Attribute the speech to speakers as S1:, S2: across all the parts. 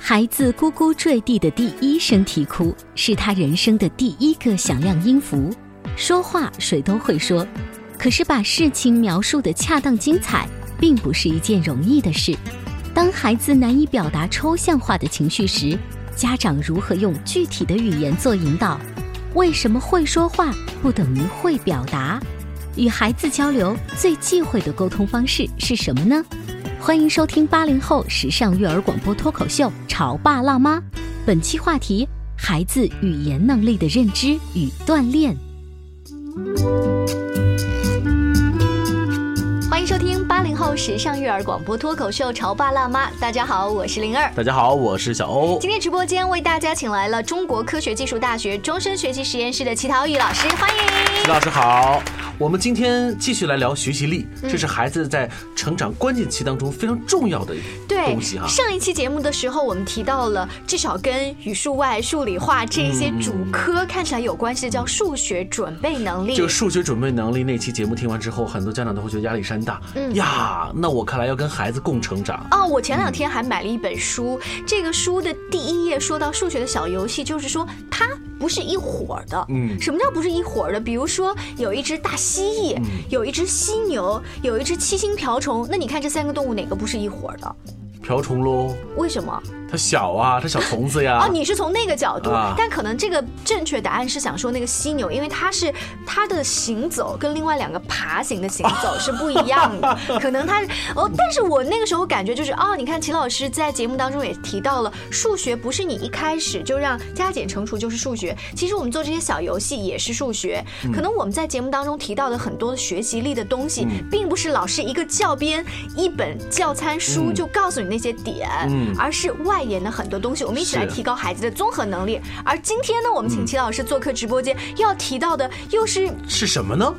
S1: 孩子咕咕坠地的第一声啼哭，是他人生的第一个响亮音符。说话谁都会说，可是把事情描述的恰当精彩，并不是一件容易的事。当孩子难以表达抽象化的情绪时，家长如何用具体的语言做引导？为什么会说话不等于会表达？与孩子交流最忌讳的沟通方式是什么呢？欢迎收听八零后时尚育儿广播脱口秀《潮爸辣妈》，本期话题：孩子语言能力的认知与锻炼。
S2: 欢迎收听八零后时尚育儿广播脱口秀《潮爸辣妈》，大家好，我是灵儿。
S3: 大家好，我是小欧。
S2: 今天直播间为大家请来了中国科学技术大学终身学习实验室的齐陶宇老师，欢迎。
S3: 徐老师好，我们今天继续来聊学习力，这是孩子在成长关键期当中非常重要的
S2: 对
S3: 东西哈。
S2: 上一期节目的时候，我们提到了至少跟语数外、数理化这一些主科看起来有关系的叫数学准备能力
S3: 这。个数学准备能力那期节目听完之后，很多家长都会觉得压力山大。
S2: 嗯
S3: 呀，那我看来要跟孩子共成长。
S2: 哦，我前两天还买了一本书，这个书的第一页说到数学的小游戏，就是说它不是一伙儿的。
S3: 嗯
S2: 什么叫不是一伙儿的？比如说有一只大蜥蜴，有一只犀牛，有一只七星瓢虫。那你看这三个动物哪个不是一伙儿的？
S3: 瓢虫喽，
S2: 为什么？
S3: 它小啊，它小虫子呀。
S2: 哦，你是从那个角度，
S3: 啊
S2: 但可能这个正确答案是想说那个犀牛，因为它是它的行走跟另外两个爬行的行走是不一样 的，可能它哦，但是我那个时候感觉就是哦，你看齐老师在节目当中也提到了，数学不是你一开始就让加减乘除就是数学，其实我们做这些小游戏也是数学，
S3: 嗯
S2: 可能我们在节目当中提到的很多学习力的东西，
S3: 嗯
S2: 并不是老师一个教鞭一本教参书
S3: 嗯
S2: 就告诉你那些点，
S3: 嗯
S2: 而是外延的很多东西，我们一起来
S3: 是
S2: 提高孩子的综合能力。而今天呢，我们请齐老师做客直播间，要提到的又是
S3: 是什么呢？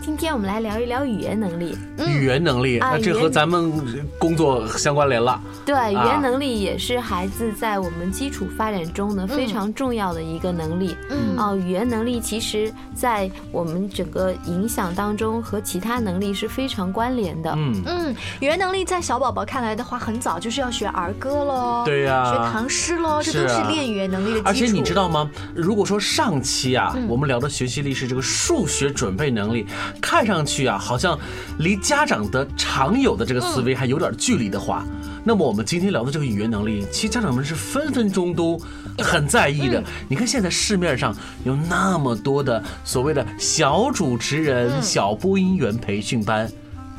S4: 今天我们来聊一聊语言能力。
S3: 语言能力，
S4: 啊
S3: 那这
S4: 语言
S3: 和咱们工作相关联了。
S4: 对，语
S3: 啊
S4: 言能力也是孩子在我们基础发展中呢非常重要的一个能力。
S2: 嗯
S4: 哦、语言能力其实在我们整个影响当中和其他能力是非常关联的。
S3: 嗯，
S2: 嗯，语言能力在小宝宝看来的话，很早就是要学儿歌喽，
S3: 对呀
S2: 学唐诗喽，这
S3: 是
S2: 都是
S3: 啊
S2: 练语言能力的基础。嗯
S3: 而且你知道吗？如果说上期啊，我们聊的学习力是这个数学准备能力，看上去啊，好像离家长的常有的这个思
S2: 嗯
S3: 维还有点距离的话。那么我们今天聊的这个语言能力，其实家长们是分分钟都很在意
S2: 嗯
S3: 的。你看现在市面上有那么多的所谓的小主持人、
S2: 嗯
S3: 小播音员培训班，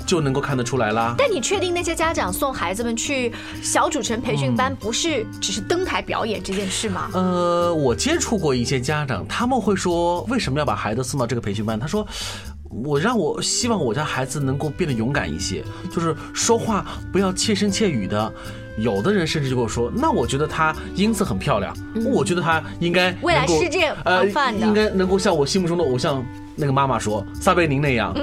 S3: 就能够看得出来啦。
S2: 但你确定那些家长送孩子们去小主持人培训
S3: 嗯
S2: 班，不是只是登台表演这件事吗？
S3: 呃，我接触过一些家长，他们会说为什么要把孩子送到这个培训班？他说。我让我希望我家孩子能够变得勇敢一些，就是说话不要切声切语的。有的人甚至就跟我说，那我觉得她音色很漂亮，
S4: 嗯
S3: 我觉得她应该
S2: 未来
S3: 能够
S2: 世界
S3: 呃
S2: 模范的
S3: 应该能够像我心目中的偶像那个妈妈说撒贝宁那样，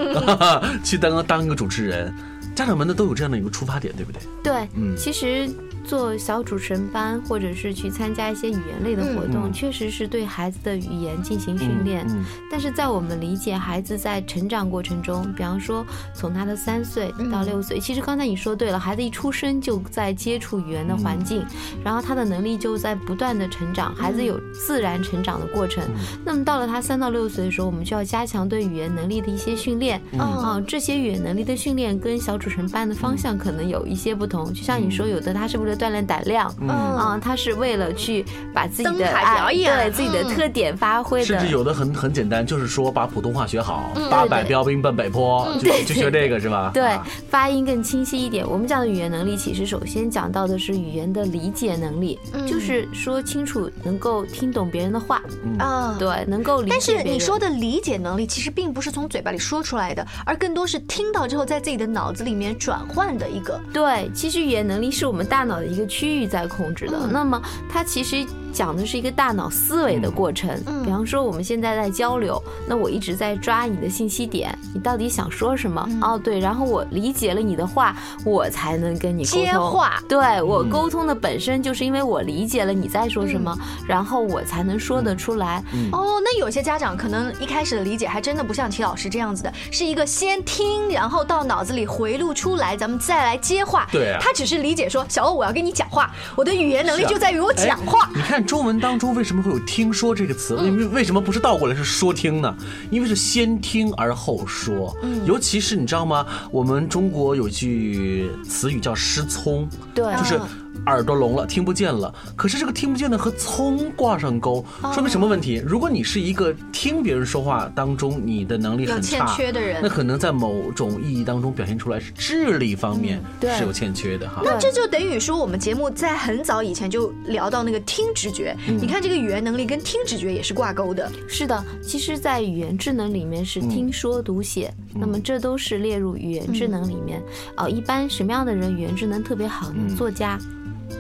S3: 去当当一个主持人。家长们呢都有这样的一个出发点，对不对？
S4: 对，
S3: 嗯
S4: 其实做小主持人班，或者是去参加一些语言类的活动，
S3: 嗯
S4: 确实是对孩子的语言进行训
S3: 嗯
S4: 练。
S3: 嗯
S4: 但是在我们理解孩子在成长过程中，比方说从他的三岁到六岁，其实刚才你说对了，孩子一出生就在接触语言的环境，然后他的能力就在不断的成长，孩子有自然成长的过程。那么到了他三到六岁的时候，我们就要加强对语言能力的一些训练。啊、
S2: 哦，
S4: 这些语言能力的训练跟小主成班的方向可能有一些不同，就像你说，有的他是为了锻炼胆量，
S2: 嗯，
S4: 啊，他是为了去把自己的
S2: 登台
S4: 爱
S2: 表演
S4: 对自己的
S2: 嗯
S4: 特点发挥的，嗯
S3: 甚至有的很很简单，就是说把普通话学好，八百标兵奔北坡，就就学这个是吧？
S4: 对
S3: 啊，
S4: 发音更清晰一点。我们讲的语言能力，其实首先讲到的是语言的理解能力，
S2: 嗯
S4: 就是说清楚，能够听懂别人的话，
S3: 嗯
S2: 啊。
S4: 对，能够理解
S2: 但是
S4: 别
S2: 你
S4: 人
S2: 说的理解能力，其实并不是从嘴巴里说出来的，而更多是听到之后在自己的脑子里面转换的一个。
S4: 对，其实语言能力是我们大脑的一个区域在控制的。
S2: 嗯
S4: 那么它其实讲的是一个大脑思维的过程。
S2: 嗯
S4: 比方说我们现在在交流，那我一直在抓你的信息点，你到底想说什
S2: 嗯
S4: 么？哦，对，然后我理解了你的话，我才能跟你沟通。
S2: 接话
S4: 对我沟通的本身就是因为我理解了你在说什么，然后我才能说得出来。
S3: 嗯
S2: 哦，那有些家长可能一开始的理解还真的不像齐老师这样子的，是一个先听，然后到脑子里回路出来，咱们再来接话。
S3: 对啊
S2: 他只是理解说，小欧我要跟你讲话，我的语言能力就在于我
S3: 哎
S2: 讲话。
S3: 你看中文当中为什么会有“听说”这个词？因为
S4: 嗯
S3: 为什么不是倒过来是说听呢？因为是先听而后说。
S4: 嗯
S3: 尤其是你知道吗？我们中国有句词语叫失聪，
S4: 对嗯
S3: 就是耳朵聋了，听不见了。可是这个听不见的和聪挂上钩，说
S4: 哦
S3: 明什么问题？如果你是一个听别人说话当中你的能力
S2: 有
S3: 很
S2: 欠
S3: 差，
S2: 缺的人
S3: 那可能在某种意义当中表现出来是智力方面
S4: 嗯对
S3: 是有欠缺的哈。
S2: 那这就等于说，我们节目在很早以前就聊到那个听直觉。
S3: 嗯
S2: 你看这个语言能力跟听直觉也是挂钩的。
S4: 是的，其实，在语言智能里面是听说读写，那么这都是列入语言智能里面。啊、一般什么样的人语言智能特别好呢？作家。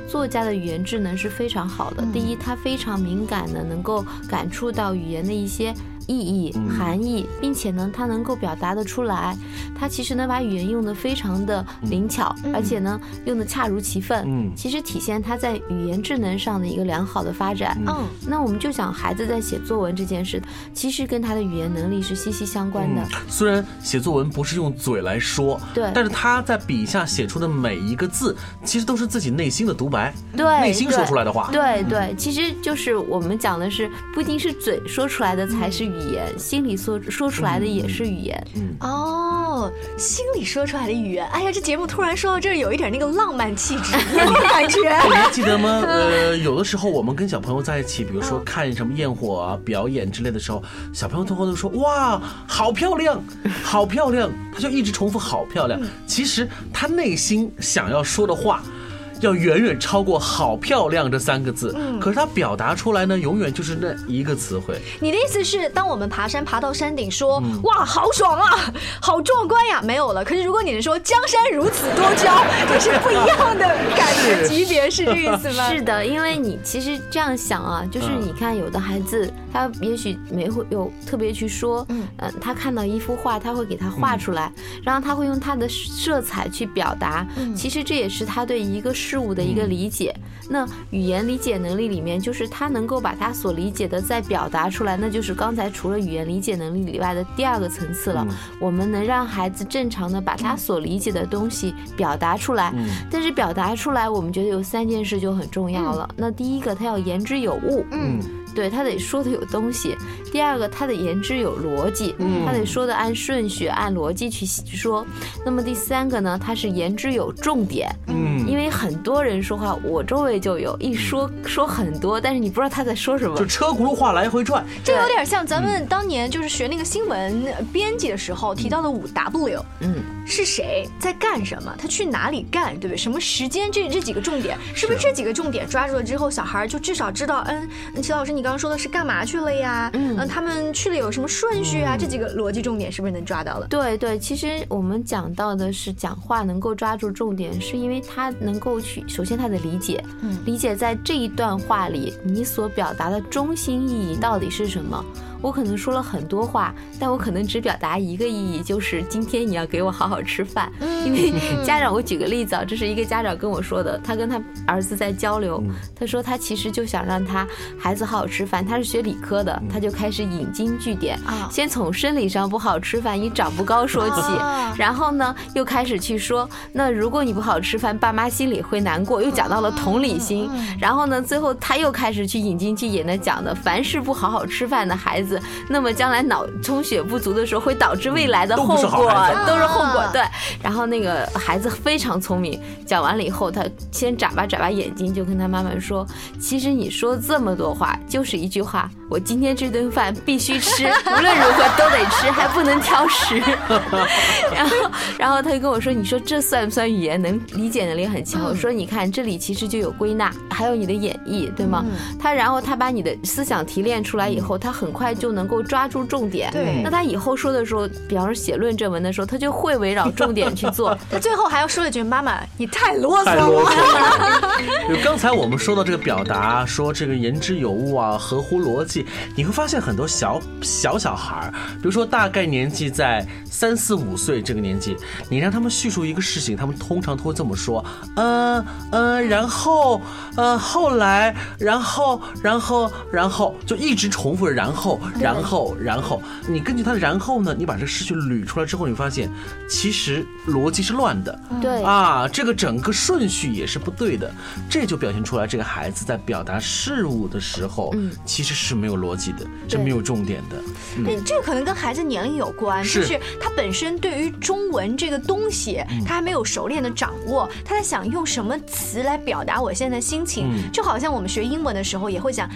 S4: 作家的语言智能是非常好的。第一，他非常敏感的，能够感触到语言的一些意义、含义，并且呢，他能够表达得出来。他其实呢，把语言用得非常的灵巧，而且呢，用得恰如其分。
S3: 嗯
S4: 其实体现他在语言智能上的一个良好的发展。
S2: 嗯，
S4: 那我们就想，孩子在写作文这件事，其实跟他的语言能力是息息相关的。
S3: 虽然写作文不是用嘴来说，
S4: 对
S3: 但是他在笔下写出的每一个字，其实都是自己内心的独白，
S4: 对，
S3: 内心说出来的话。
S4: 对对，其实就是我们讲的是，不一定是嘴说出来的才是语言，心里说说出来的也是语言。
S2: 哦，心里说出来的语言。哎呀，这节目突然说到这儿，有一点那个浪漫气 质的感觉。
S3: 你还记得吗？ 呃，有的时候我们跟小朋友在一起，比如说看什么焰火啊、表演之类的时候，小朋友通常都说：“哇，好漂亮，好漂亮。”他就一直重复“好漂
S4: 嗯
S3: 亮”。其实他内心想要说的话，要远远超过“好漂亮”这三个字。
S4: 嗯
S3: 可是他表达出来呢，永远就是那一个词汇。
S2: 你的意思是，当我们爬山爬到山顶说，
S4: 嗯
S2: 哇，好爽啊，好壮观呀，没有了。可是如果你能说江山如此多娇，这是不一样的感觉级别，是这个意思吗？
S4: 是的，因为你其实这样想啊，就是
S3: 嗯
S4: 你看有的孩子，他也许没会有特别去说，嗯、他看到一幅画，他会给他画出来，然后他会用他的色彩去表达，其实这也是他对一个事物的一个理解。那语言理解能力里面，就是他能够把他所理解的再表达出来，那就是刚才除了语言理解能力以外的第二个层次了。我们能让孩子正常的把他所理解的东西表达出来，但是表达出来，我们觉得有三件事就很重要了。那第一个，他要言之有物，嗯，对他得说的有东西；第二个，他得言之有逻辑，他得说的按顺序、按逻辑去说。那么第三个呢，他是言之有重点，
S3: 嗯
S4: 因为很多人说话，我周围就有一说说很多，但是你不知道他在说什么
S3: 就。车轱辘话来回转，
S2: 这有点像咱们当年就是学那个新闻编辑的时候提到的五 W，
S4: 嗯，
S2: 是谁在干什么，他去哪里干，对不对？什么时间？这这几个重点，是不是这几个重点抓住了之后，小孩就至少知道，嗯，嗯齐老师你刚刚说的是干嘛去了呀？嗯，他们去了有什么顺序
S4: 嗯
S2: 啊？这几个逻辑重点是不是能抓到了？
S4: 对对，其实我们讲到的是讲话能够抓住重点，是因为他能够去，首先他的理解，理解在这一段话里你所表达的中心意义到底是什么。我可能说了很多话，但我可能只表达一个意义，就是今天你要给我好好吃饭。因为家长，我举个例子啊，这是一个家长跟我说的，他跟他儿子在交流，他说他其实就想让他孩子好好吃饭，他是学理科的，他就开始引经据典，
S2: 啊
S4: 先从生理上不好吃饭，你长不高说起，
S2: 啊
S4: 然后呢又开始去说，那如果你不好吃饭，爸妈心里会难过，又讲到了同理心，
S2: 嗯
S4: 然后呢最后他又开始去引经据典的讲的，凡是不好好吃饭的孩子，那么将来脑充血不足的时候会导致未来的
S3: 都
S4: 后
S3: 不是好
S4: 果
S3: 孩子
S4: 都是后果
S2: 啊，
S4: 对。然后那个孩子非常聪明，讲完了以后，他先眨巴眨巴眼睛，就跟他妈妈说：“其实你说这么多话，就是一句话，我今天这顿饭必须吃，无论如何都得吃，还不能挑食。” 然后，然后他就跟我说：“你说这算不算语言能理解能力很强？”我说：“你看这里其实就有归纳，还有你的演绎，对吗？”他然后他把你的思想提炼出来以后，他很快就能够抓住重点。
S2: 对
S4: 那他以后说的时候，比方说写论证文的时候，他就会围绕重点去做。
S2: 他最后还要说了一句：“妈妈，你太啰嗦
S3: 太
S2: 了。
S3: 啰嗦了。就刚才我们说到这个表达，说这个言之有物啊，合乎逻辑，你会发现很多小小小孩儿，比如说大概年纪在三四五岁这个年纪，你让他们叙述一个事情，他们通常都会这么说，嗯、嗯、然后呃后来，然后然后然后就一直重复着然后然后然后，你根据他的然后呢，你把这个事情捋出来之后，你发现其实逻辑是乱的。
S4: 对
S3: 啊，这个整个顺序也是不对的，这就表现出来这个孩子在表达事物的时候，
S4: 嗯
S3: 其实是没有逻辑的，是
S4: 对
S3: 没有重点的。”
S2: 对，这可能跟孩子年龄有关，
S3: 嗯是
S2: 就是他本身对于中文这个东西，
S3: 嗯
S2: 他还没有熟练的掌握，他在想用什么词来表达我现在的心情。
S3: 嗯
S2: 就好像我们学英文的时候也会讲，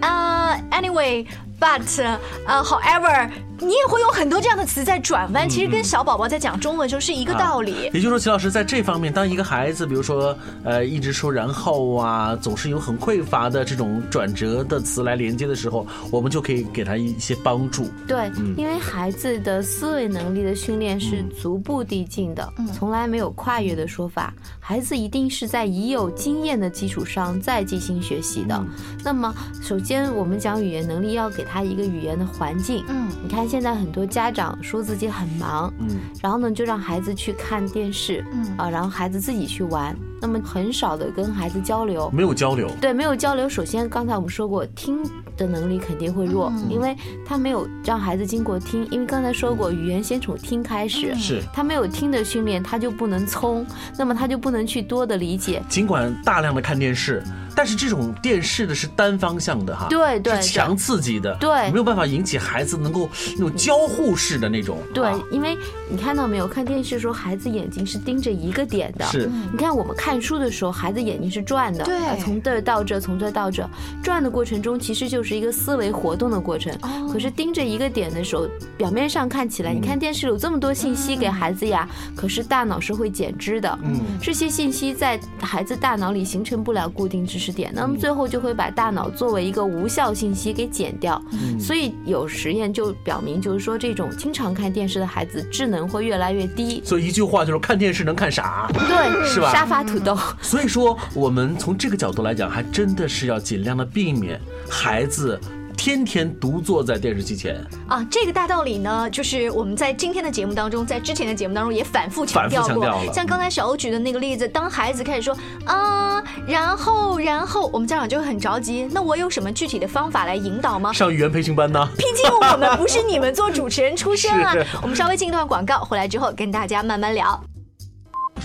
S2: 啊、a n y w a y But，呃、h o w e v e r 你也会用很多这样的词在转弯，其实跟小宝宝在讲中文的时候是一个
S3: 嗯啊
S2: 道理。
S3: 也就是说，齐老师在这方面，当一个孩子，比如说，呃，一直说然后啊，总是有很匮乏的这种转折的词来连接的时候，我们就可以给他一些帮助。
S4: 对，因为孩子的思维能力的训练是逐步递进的，从来没有跨越的说法。孩子一定是在已有经验的基础上再进行学习的。那么，首先我们讲语言能力，要给他一个语言的环境。
S2: 嗯，
S4: 你看现在很多家长说自己很忙，
S3: 嗯，
S4: 然后呢就让孩子去看电视，
S2: 嗯
S4: 啊，然后孩子自己去玩，那么很少的跟孩子交流。
S3: 没有交流，
S4: 对，没有交流。首先，刚才我们说过，听的能力肯定会弱，
S3: 嗯
S4: 因为他没有让孩子经过听，因为刚才说过，语言先从听开始，
S3: 是。
S4: 他没有听的训练，他就不能聪，那么他就不能去多的理解。
S3: 尽管大量的看电视，但是这种电视的是单方向的哈，
S4: 对对
S3: 是
S4: 对
S3: 强刺激的，
S4: 对
S3: 没有办法引起孩子能够那种交互式的那种，
S4: 对
S3: 啊，
S4: 因为你看到没有，看电视的时候，孩子眼睛是盯着一个点的。
S3: 是
S4: 你看我们看书的时候，孩子眼睛是转的，
S2: 对
S4: 呃从这儿到这，从这儿到这，转的过程中其实就是一个思维活动的过程。可是盯着一个点的时候，表面上看起来，
S3: 嗯
S4: 你看电视有这么多信息给孩子呀，可是大脑是会减脂的。
S3: 嗯
S4: 这些信息在孩子大脑里形成不了固定知识点，那
S3: 嗯
S4: 么最后就会把大脑作为一个无效信息给减掉。
S3: 嗯
S4: 所以有实验就表明，就是说这种经常看电视的孩子智能会越来越低。
S3: 所以一句话就是看电视能看啥。
S4: 对，
S3: 是吧
S4: 沙发土豆，
S3: 所以说，我们从这个角度来讲，还真的是要尽量的避免孩子天天独坐在电视机前，
S2: 啊，这个大道理呢，就是我们在今天的节目当中，在之前的节目当中也反复强调
S3: 反
S2: 过。
S3: 复强调了
S2: 像刚才小欧举的那个例子，当孩子开始说啊，然后然后，我们家长就会很着急。那我有什么具体的方法来引导 吗？
S3: 上语言培训班 呢。
S2: 毕竟我们不是你们做主持人 出身啊
S3: 是。
S2: 我们稍微进一段广告，回来之后跟大家慢慢聊。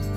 S1: “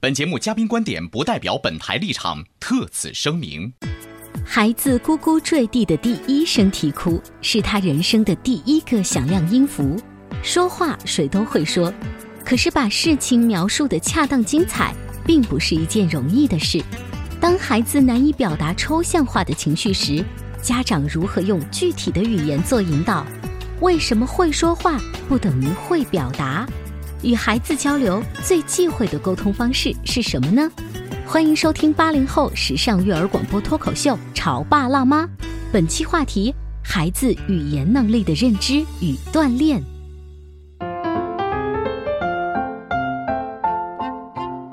S5: 本节目嘉宾观点不代表本台立场，特此声明。
S1: 孩子咕咕坠地的第一声啼哭，是他人生的第一个响亮音符。说话谁都会说，可是把事情描述的恰当精彩，并不是一件容易的事。当孩子难以表达抽象化的情绪时，家长如何用具体的语言做引导？为什么会说话不等于会表达？与孩子交流最忌讳的沟通方式是什么呢？欢迎收听八零后时尚育儿广播脱口秀《潮爸辣妈》，本期话题：孩子语言能力的认知与锻炼。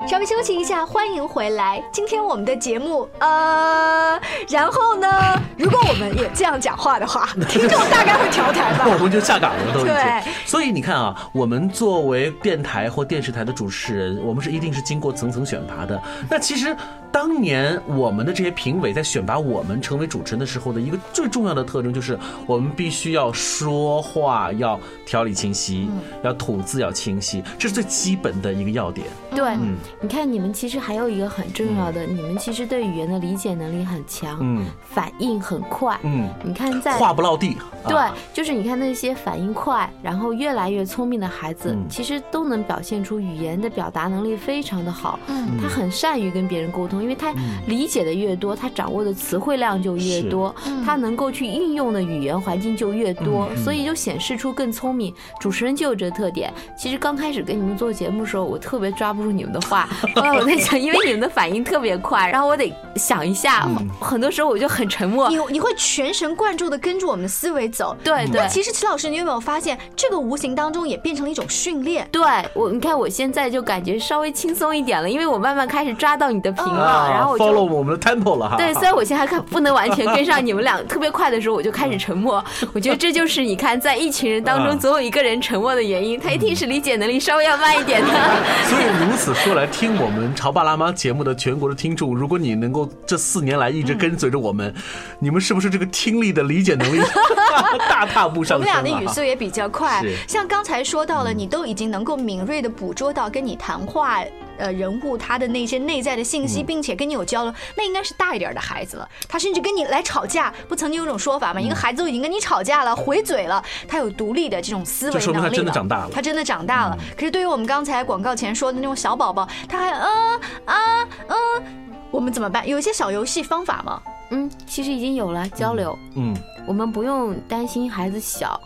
S2: 稍微休息一下，欢迎回来。今天我们的节目，呃，然后 呢，如果我们也这样讲话的话，听众大概会调台吧。
S3: 我们就下岗了，都已经
S2: 对。
S3: 所以你看啊，我们作为电台或电视台的主持人，我们是一定是经过层层选拔的。那其实当年我们的这些评委在选拔我们成为主持人的时候的一个最重要的特征，就是我们必须要说话要条理清晰，
S4: 嗯
S3: 要吐字要清晰，这是最基本的一个要点。
S4: 对，
S2: 嗯
S4: 你看你们其实还有一个很重要的，你们其实对语言的理解能力很强，
S3: 嗯
S4: 反应很快。
S3: 嗯，
S4: 你看在
S3: 话不落地。
S4: 对
S3: 啊，
S4: 就是你看那些反应快，然后越来越聪明的孩子，
S3: 嗯
S4: 其实都能表现出语言的表达能力非常的好。嗯，他很善于跟别人沟通，因为他
S3: 嗯
S4: 理解的越多，他掌握的词汇量就越多，他能够去运用的语言环境就越多，
S3: 嗯
S4: 所以就显示出更聪明。主持人就有这个特点。其实刚开始跟你们做节目的时候，我特别抓不住你们的话，后来我在想，因为你们的反应特别快，然后我得想一下，
S3: 嗯
S4: 很多时候我就很沉默。
S2: 你你会全神贯注的跟着我们的思维走。
S4: 对对，
S2: 那哎其实齐老师，你有没有发现，这个无形当中也变成了一种训练？
S4: 对我，你看我现在就感觉稍微轻松一点了，因为我慢慢开始抓到你的频了，
S3: 啊
S4: 然后我就。
S3: follow 我们的 tempo 了哈。
S4: 对，虽然我现在还看不能完全跟上你们俩特别快的时候，我就开始沉默。我觉得这就是你看，在一群人当
S3: 啊
S4: 中，总有一个人沉默的原因，他一定是理解能力稍微要慢一点的。
S3: 所以如此说来，听我们《潮爸辣妈》节目的全国的听众，如果你能够这四年来一直跟随着我们，你们是不是这个听力的理解能力 大踏步
S2: 我
S3: 上
S2: 们
S3: 升啊了、
S2: 俩的啊语速也比较快
S3: 是，嗯
S2: 像刚才说到了，你都已经能够敏锐的捕捉到跟你谈话呃人物他的那些内在的信
S3: 嗯
S2: 息，并且跟你有交流，那应该是大一点的孩子了。他甚至跟你来吵架，不曾经有种说法吗？
S3: 嗯
S2: 一个孩子都已经跟你吵架了，回嘴了，他有独立的这种思维
S3: 这说
S2: 能力
S3: 明他真的
S2: 了
S3: 长大了嗯
S2: 他真的长大了。可是对于我们刚才广告前说的那种小宝宝，他还嗯啊嗯，我们怎么办？有一些小游戏方法吗？
S4: 嗯，其实已经有了交流，
S3: 嗯，
S4: 我们不用担心孩子小。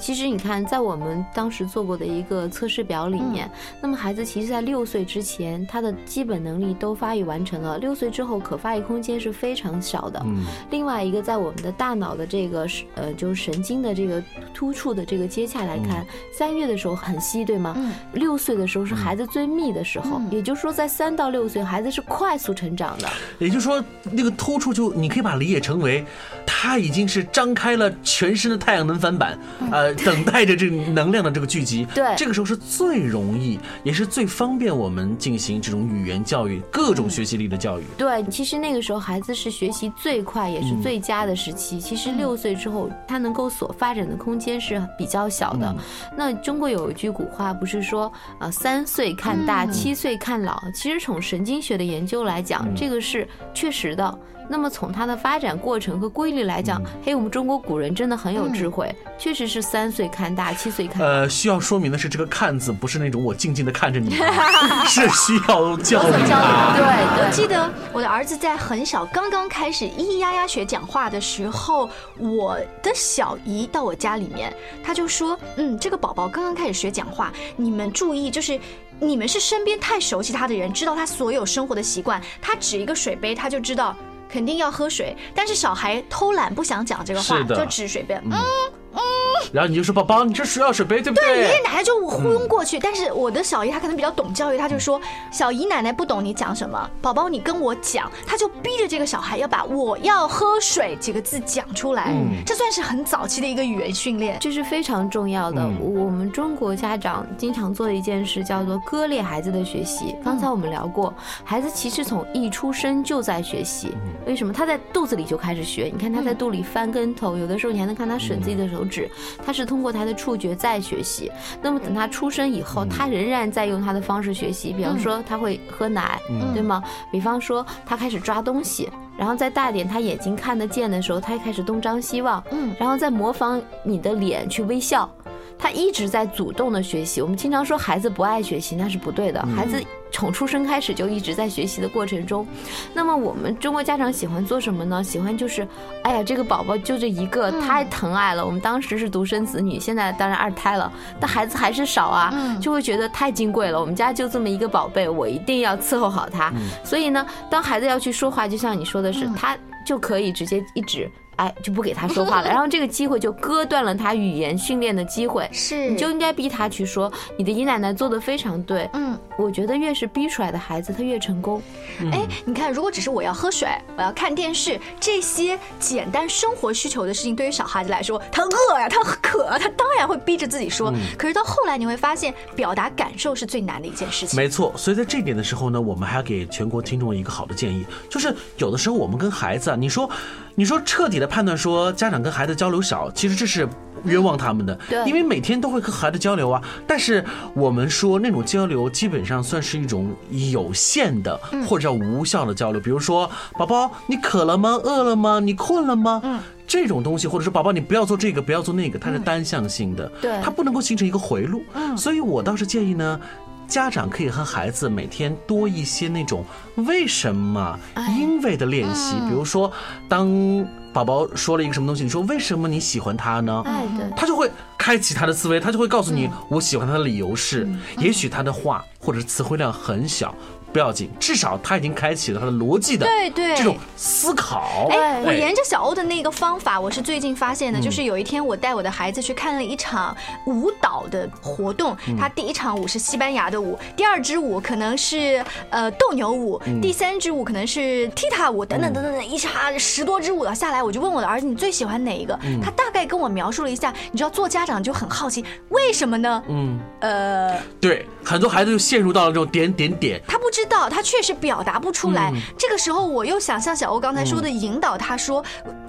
S4: 其实你看，在我们当时做过的一个测试表里面，那么孩子其实，在六岁之前，他的基本能力都发育完成了，六岁之后可发育空间是非常小的。
S3: 嗯
S4: 另外一个，在我们的大脑的这个是呃，就是神经的这个突触的这个接洽来看，三月的时候很稀，对吗？六岁的时候是孩子最密的时候，也就是说，在三到六岁，孩子是快速成长的。
S3: 也就是说，那个突出就你可以把它理解成为，他已经是张开了全身的太阳能帆板，
S2: 嗯
S3: 呃，等待着这个能量的这个聚 集。
S4: 对
S3: 这个时候是最容易，也是最方便我们进行这种语言教育、各种学习力的教育。
S4: 对，其实那个时候孩子是学习最快也是最佳的时期。其实六岁之后，他能够所发展的空间是比较小的。那中国有一句古话，不是说啊三岁看大，七岁看老。其实从神经学的研究来讲，这个是确实的。那么从它的发展过程和规律来讲，嘿，我们中国古人真的很有智慧，确实是三岁看大，七岁看老。
S3: 呃，需要说明的是，这个“看”字不是那种我静静的看着你啊， 是需要教育
S2: 教育
S3: 啊。
S4: 对
S2: 我
S4: 对。
S2: 记得我的儿子在很小，刚刚开始咿咿呀呀学讲话的时候，我的小姨到我家里面，她就说：“嗯，这个宝宝刚刚开始学讲话，你们注意，就是你们是身边太熟悉他的人，知道他所有生活的习惯。他指一个水杯，他就知道肯定要喝水。但是小孩偷懒不想讲这个话，
S3: 是的
S2: 就指水杯，嗯，
S3: 然后你就说：“宝宝，你这水要水杯，对不
S2: 爷
S3: 对
S2: 爷奶奶就忽悠过去，但是我的小姨她可能比较懂教育，她就说小姨奶奶不懂你讲什么，宝宝你跟我讲，她就逼着这个小孩要把“我要喝水”几个字讲出来，这算是很早期的一个语言训练。
S4: 这是非常重要的。我们中国家长经常做的一件事叫做割裂孩子的学习。刚才我们聊过，孩子其实从一出生就在学习，为什么他在肚子里就开始学？你看他在肚里翻跟头，有的时候你还能看他吮自己的手指。他是通过他的触觉在学习。那么等他出生以后，他仍然在用他的方式学习，比方说他会喝奶，对吗？比方说他开始抓东西，然后再大点，他眼睛看得见的时候，他开始东张西望，
S2: 嗯
S4: 然后再模仿你的脸去微笑。他一直在主动的学习。我们经常说孩子不爱学习，那是不对的。孩子从出生开始就一直在学习的过程中，那么我们中国家长喜欢做什么呢？喜欢就是，哎呀，这个宝宝就这一个，太疼爱了。我们当时是独生子女，现在当然二胎了，但孩子还是少啊，就会觉得太金贵了。我们家就这么一个宝贝，我一定要伺候好他。所以呢，当孩子要去说话，就像你说的是，他就可以直接一指。哎，就不给他说话了，然后这个机会就割断了他语言训练的机会。
S2: 是，
S4: 你就应该逼他去说，你的姨奶奶做的非常对。
S2: 嗯，
S4: 我觉得越是逼出来的孩子，他越成功。
S2: 哎，你看，如果只是我要喝水，我要看电视这些简单生活需求的事情，对于小孩子来说，他饿呀、他渴啊、他当然会逼着自己说。可是到后来，你会发现，表达感受是最难的一件事情。
S3: 没错，所以在这一点的时候呢，我们还要给全国听众一个好的建议，就是有的时候我们跟孩子啊，你说，你说彻底的判断说家长跟孩子交流少，其实这是冤枉他们的，
S4: 对
S3: 因为每天都会和孩子交流啊。但是我们说那种交流基本上算是一种有限的或者叫无效的交流，比如说宝宝你渴了吗？饿了吗？你困了吗？嗯。这种东西，或者说宝宝，你不要做这个，不要做那个，它是单向性的，
S4: 对
S3: 它不能够形成一个回路。
S2: 嗯
S3: 所以我倒是建议呢，家长可以和孩子每天多一些那种为什么、
S2: 哎
S3: 因为的练习，
S2: 嗯
S3: 比如说当宝宝说了一个什么东西，你说为什么你喜欢他呢？
S4: 哎，
S2: 嗯
S4: 对，
S3: 他就会开启他的思维，他就会告诉你我喜欢他的理由是，
S2: 嗯
S3: 也许他的话或者是词汇量很小。不要紧，至少他已经开启了他的逻辑的
S2: 对对
S3: 这种思考。
S2: 哎，我沿着小欧的那个方法，我是最近发现的，就是有一天我带我的孩子去看了一场舞蹈的活动，他第一场舞是西班牙的舞，第二支舞可能是呃斗牛舞，第三支舞可能是踢踏舞，等等等等等，一茬十多支舞蹈下来，我就问我的儿子你最喜欢哪一个？他大概跟我描述了一下，你知道做家长就很好奇，为什么呢？
S3: 嗯，
S2: 呃，
S3: 对，很多孩子就陷入到了这种点点点，
S2: 他不知道，他确实表达不出来。这个时候，我又想像小欧刚才说的，引导他说。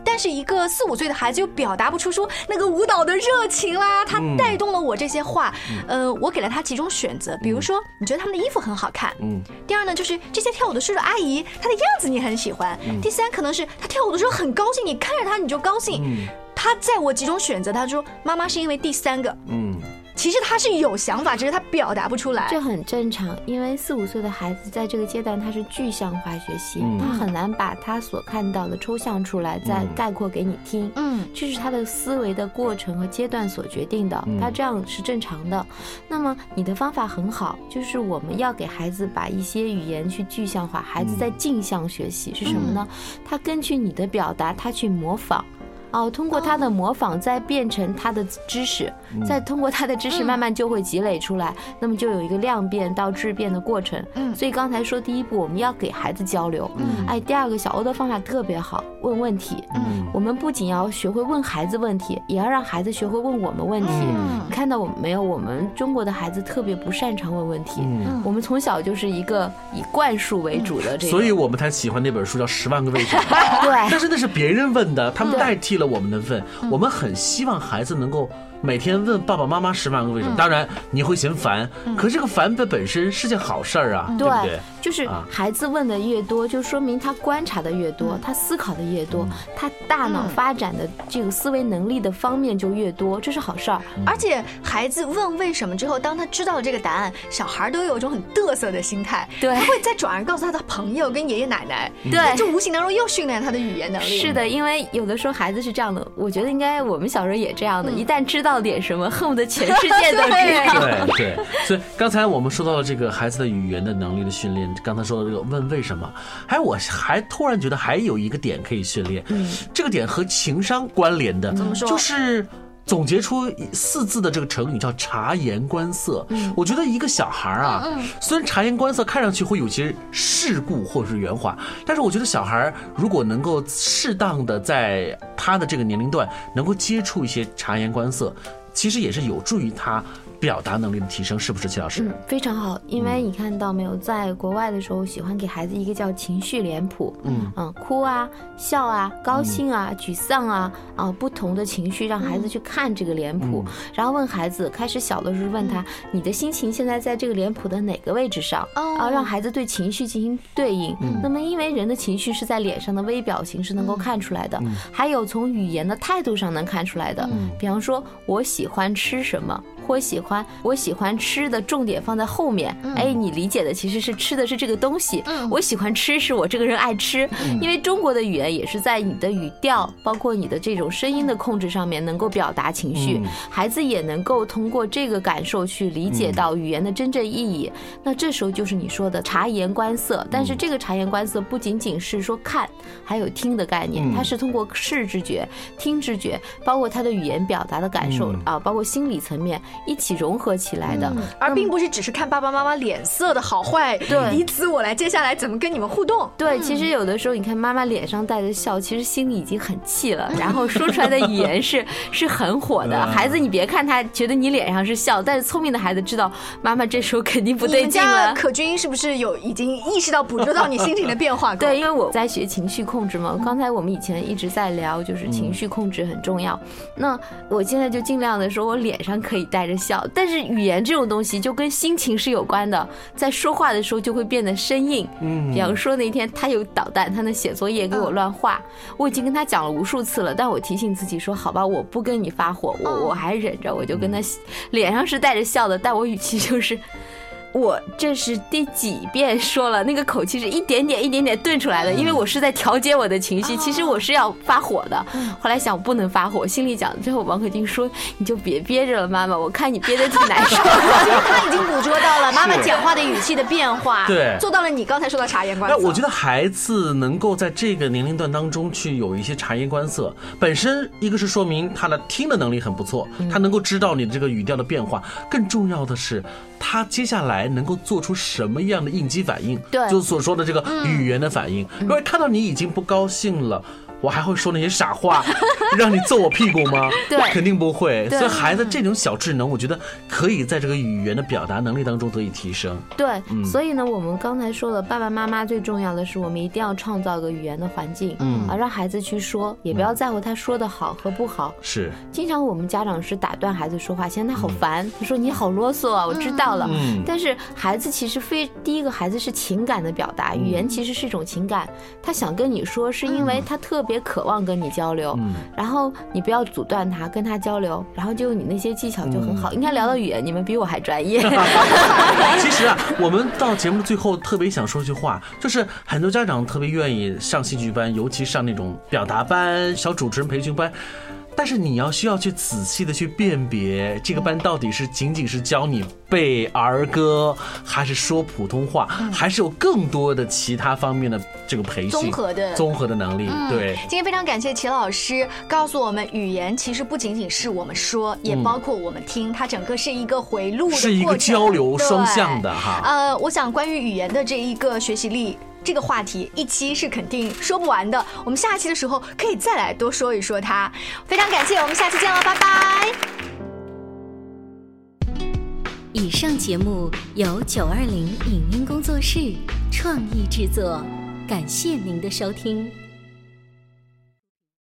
S2: 但是一个四五岁的孩子又表达不出说那个舞蹈的热情啦，他带动了我这些话，呃，我给了他几种选择，比如说你觉得他们的衣服很好看，
S3: 嗯，
S2: 第二呢就是这些跳舞的叔叔阿姨她的样子你很喜欢，第三可能是她跳舞的时候很高兴，你看着她你就高兴，
S3: 嗯
S2: 他在我几种选择，他说妈妈是因为第三个，
S3: 嗯，
S2: 其实他是有想法，只是他表达不出来，
S4: 这很正常，因为四五岁的孩子在这个阶段他是具象化学习，他很难把他所看到的抽象出来，再概括给你听。
S2: 嗯
S4: 这是他的思维的过程和阶段所决定的，他这样是正常的。那么你的方法很好，就是我们要给孩子把一些语言去具象化，孩子在镜像学习是什么呢？他根据你的表达，他去模仿。哦，通过他的模仿，再变成他的知识，
S2: 嗯
S4: 再通过他的知识慢慢就会积累出来，那么就有一个量变到质变的过程。
S2: 嗯
S4: 所以刚才说第一步我们要给孩子交流，
S2: 嗯
S4: 哎，第二个小欧的方法特别好，问问题。
S2: 嗯
S4: 我们不仅要学会问孩子问题，也要让孩子学会问我们问题。
S2: 嗯
S4: 你看到我们没有？我们中国的孩子特别不擅长问问题，
S3: 嗯
S4: 我们从小就是一个以灌输为主的这个，
S3: 所以我们才喜欢那本书叫《十万个为什么》。
S4: 对
S3: 但是那是别人问的，他们代替了我们的问。
S4: 嗯
S3: 我们很希望孩子能够每天问爸爸妈妈十万个为什
S4: 嗯
S3: 么。当然你会嫌烦，可这个烦本本身是件好事儿啊，对不对？
S4: 就是
S3: 啊嗯
S4: 孩子问的越多，就说明他观察的越多，他思考的越多，他大脑发展的这个思维能力的方面就越多，这是好事儿。
S2: 而且孩子问为什么之后，当他知道了这个答案，小孩都有一种很嘚瑟的心态，
S4: 对
S2: 他会再转而告诉他的朋友跟爷爷奶奶，
S4: 对
S2: 这无形当中又训练他的语言能
S3: 嗯
S2: 力。
S4: 是的，因为有的时候孩子是这样的，我觉得应该我们小时候也这样的，一旦知道点什么，恨不得全世界都知
S2: 对
S4: 道。
S3: 嗯 对对，所以刚才我们说到了这个孩子的语言的能力的训练，刚才说到这个问为什么，还我还突然觉得还有一个点可以训练，这个点和情商关联的，
S2: 么说
S3: 就是。总结出四字的这个成语叫察言观色。我觉得一个小孩儿啊，虽然察言观色看上去会有些世故或者是圆滑，但是我觉得小孩儿如果能够适当的在他的这个年龄段能够接触一些察言观色，其实也是有助于他表达能力的提升，是不是，齐老师
S4: 嗯？，非常好，因
S3: 嗯
S4: 为你看到没有，在国外的时候，喜欢给孩子一个叫情绪脸谱，
S3: 嗯
S4: 哭啊、笑啊、高兴啊、沮丧啊啊不同的情绪，让孩
S3: 嗯
S4: 子去看这个脸谱，然后问孩子，开始小的时候问他，你的心情现在在这个脸谱的哪个位置上？
S2: 哦
S4: 啊，让孩子对情绪进行对应。那么，因为人的情绪是在脸上的微表情是能够看出来的，还有从语言的态度上能看出来的。比方说，我喜欢吃什么。或喜欢我喜欢吃的重点放在后面，哎，你理解的其实是吃的是这个东西。
S2: 嗯
S4: 我喜欢吃是我这个人爱吃，
S3: 嗯
S4: 因为中国的语言也是在你的语调，包括你的这种声音的控制上面能够表达情绪，
S3: 嗯
S4: 孩子也能够通过这个感受去理解到语言的真正意义。
S3: 嗯
S4: 那这时候就是你说的察言观色，但是这个察言观色不仅仅是说看，还有听的概念，
S3: 嗯
S4: 它是通过视知觉、听知觉，包括他的语言表达的感受、
S3: 嗯
S4: 啊，包括心理层面一起融合起来的。
S2: 而并不是只是看爸爸妈妈脸色的好坏，
S4: 对
S2: 以此我来接下来怎么跟你们互动。
S4: 对，其实有的时候你看妈妈脸上带着笑，其实心里已经很气了，然后说出来的语言 是是很火
S2: 嗯
S4: 的。孩子，你别看他觉得你脸上是笑，但是聪明的孩子知道妈妈这时候肯定不
S2: 你
S4: 对
S2: 们
S4: 劲
S2: 家
S4: 了。
S2: 可君是不是有已经意识到捕捉到你心情的变化？
S4: 对，， 因为我在学情绪控制嘛，刚才我们以前一直在聊，就是情绪控制很重要。那我现在就尽量的说，我脸上可以带着笑，但是语言这种东西就跟心情是有关的，在说话的时候就会变得生硬。嗯，比方说那天他有捣蛋，他那写作业给我
S2: 嗯
S4: 乱画，我已经跟他讲了无数次了，但我提醒自己说，好吧，我不跟你发火，我我还忍着，我就跟他脸上是带着笑的，但我语气就是。我这是第几遍说了，那个口气是一点点、一点点顿出来的，因为我是在调节我的情绪，其实我是要发火的。后来想不能发火，心里想，最后王可丁说：“你就别憋着了，妈妈，我看你憋得挺难
S2: 其
S4: 受
S2: 实
S4: 的。
S2: 他已经捕捉到了妈妈讲话的语气的变化，
S3: 对
S2: 做到了你刚才说的察言观
S3: 哎，
S2: 色。
S3: 我觉
S2: 得
S3: 得孩子能够在这个年龄段当中去有一些察言观色，本身一个是说明他的听的能力很不错，
S4: 嗯
S3: 他能够知道你这个语调的变化，更重要的是他接下来能够做出什么样的应激反应，
S4: 对嗯
S3: 就所说的这个语言的反应。如果看到你已经不高兴了。我还会说那些傻 话，让你揍我屁股吗？
S4: 对
S3: 肯定不会。
S4: 对
S3: 所以孩子这种小智能，我觉得可以在这个语言的表达能力当中得以提升。”
S4: 对，
S3: 嗯
S4: 所以呢，我们刚才说了，爸爸妈妈最重要的是，我们一定要创造个语言的环境，
S3: 嗯
S4: 啊，让孩子去说，也不要在乎他说的好和不好，
S3: 是，
S4: 经常我们家长是打断孩子说话，嫌他好烦，他说你好啰嗦啊，我知道了。
S3: 嗯
S4: 但是孩子其实非第一个孩子是情感的表达，语言其实是一种情感，他想跟你说是因为
S3: 嗯
S4: 他特别渴望跟你交流，然后你不要阻断他，跟他交流，然后就你那些技巧就很好。
S3: 嗯
S4: 应该聊到语言，你们比我还专业。
S3: 其实啊，我们到节目的最后特别想说一句话，就是很多家长特别愿意上戏剧班，尤其上那种表达班、小主持人培训班。但是你要需要去仔细的去辨别这个班到底是仅仅是教你背儿歌，还是说普通话，还是有更多的其他方面的这个培训
S2: 嗯综合的嗯
S3: 综合的能力。对，
S2: 今天非常感谢齐老师告诉我们，语言其实不仅仅是我们说，也包括我们听，它整个是一个回路的过程，
S3: 嗯是一个交流
S2: 对
S3: 双向的哈
S2: 呃，我想关于语言的这一个学习力。这个话题一期是肯定说不完的，我们下期的时候可以再来多说一说它。非常感谢，我们下期见了，拜拜。
S1: 以上节目由九二零影音工作室创意制作，感谢您的收听。